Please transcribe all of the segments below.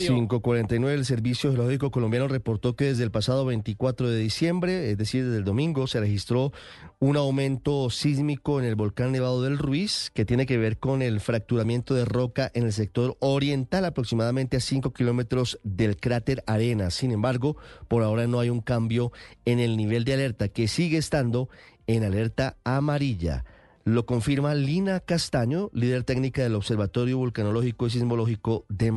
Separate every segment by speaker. Speaker 1: 549, el Servicio Geológico Colombiano reportó que desde el pasado 24 de diciembre, es decir, desde el domingo, se registró un aumento sísmico en el volcán Nevado del Ruiz, que tiene que ver con el fracturamiento de roca en el sector oriental, aproximadamente a 5 kilómetros del cráter Arenas. Sin embargo, por ahora no hay un cambio en el nivel de alerta, que sigue estando en alerta amarilla. Lo confirma Lina Castaño, líder técnica del Observatorio Vulcanológico y Sismológico de...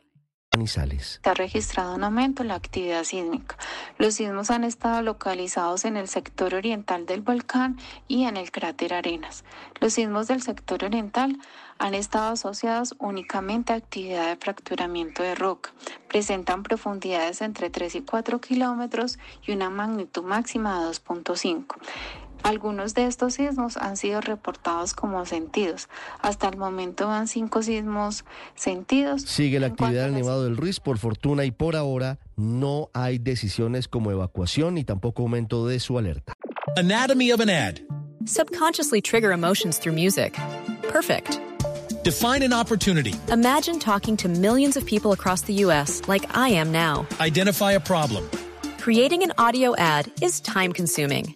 Speaker 1: Manizales.
Speaker 2: Está registrado un aumento en la actividad sísmica. Los sismos han estado localizados en el sector oriental del volcán y en el cráter Arenas. Los sismos del sector oriental han estado asociados únicamente a actividad de fracturamiento de roca. Presentan profundidades entre 3 y 4 kilómetros y una magnitud máxima de 2.5. Algunos de estos sismos han sido reportados como sentidos. Hasta el momento van cinco sismos sentidos.
Speaker 1: Sigue la
Speaker 2: En cuanto
Speaker 1: actividad
Speaker 2: a
Speaker 1: del
Speaker 2: las-
Speaker 1: Nevado del Ruiz, por fortuna y por ahora no hay decisiones como evacuación ni tampoco aumento de su alerta.
Speaker 3: Anatomy of an ad.
Speaker 4: Subconsciously trigger emotions through music. Perfect.
Speaker 3: Define an opportunity.
Speaker 4: Imagine talking to millions of people across the U.S. like I am now.
Speaker 3: Identify a problem.
Speaker 4: Creating an audio ad is time consuming.